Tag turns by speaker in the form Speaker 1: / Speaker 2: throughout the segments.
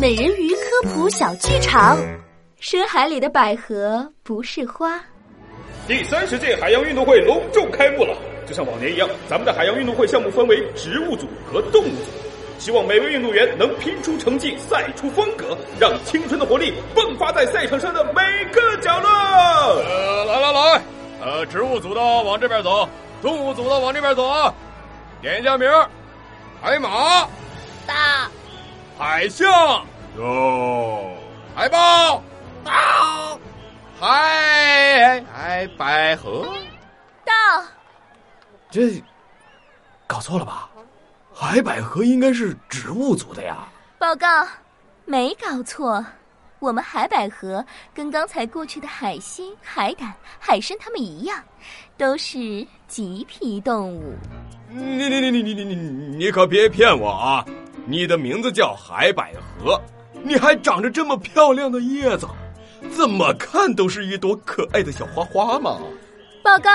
Speaker 1: 美人鱼科普小剧场：深海里的百合不是花。
Speaker 2: 第三十届海洋运动会隆重开幕了。就像往年一样，咱们的海洋运动会项目分为植物组和动物组，希望每位运动员能拼出成绩，赛出风格，让青春的活力迸发在赛场上的每个角落。
Speaker 3: 呃，来来来，呃，植物组的往这边走，动物组的往这边走啊！点一下名儿：海马、
Speaker 4: 大
Speaker 3: 海象、
Speaker 5: 哟，
Speaker 3: 海豹、大海海百合。
Speaker 4: 到
Speaker 5: 这搞错了吧？海百合应该是植物组的呀。
Speaker 4: 报告，
Speaker 1: 没搞错，我们海百合跟刚才过去的海星、海胆、海参它们一样，都是棘皮动物。
Speaker 3: 你你你你你你你你可别骗我啊！你的名字叫海百合，你还长着这么漂亮的叶子，怎么看都是一朵可爱的小花花嘛。
Speaker 1: 报告，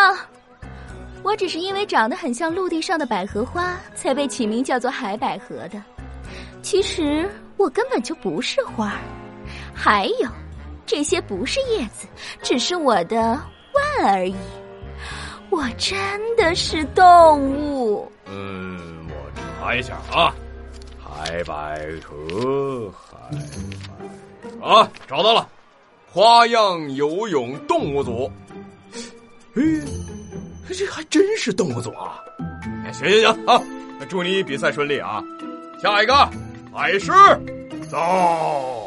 Speaker 1: 我只是因为长得很像陆地上的百合花，才被起名叫做海百合的。其实我根本就不是花儿，还有，这些不是叶子，只是我的腕而已。我真的是动物。
Speaker 3: 嗯，我查一下啊，海百合，海百合啊，找到了，花样游泳动物组。嘿，这还真是动物组啊！哎，行行行啊，祝你比赛顺利啊！下一个，海狮，走。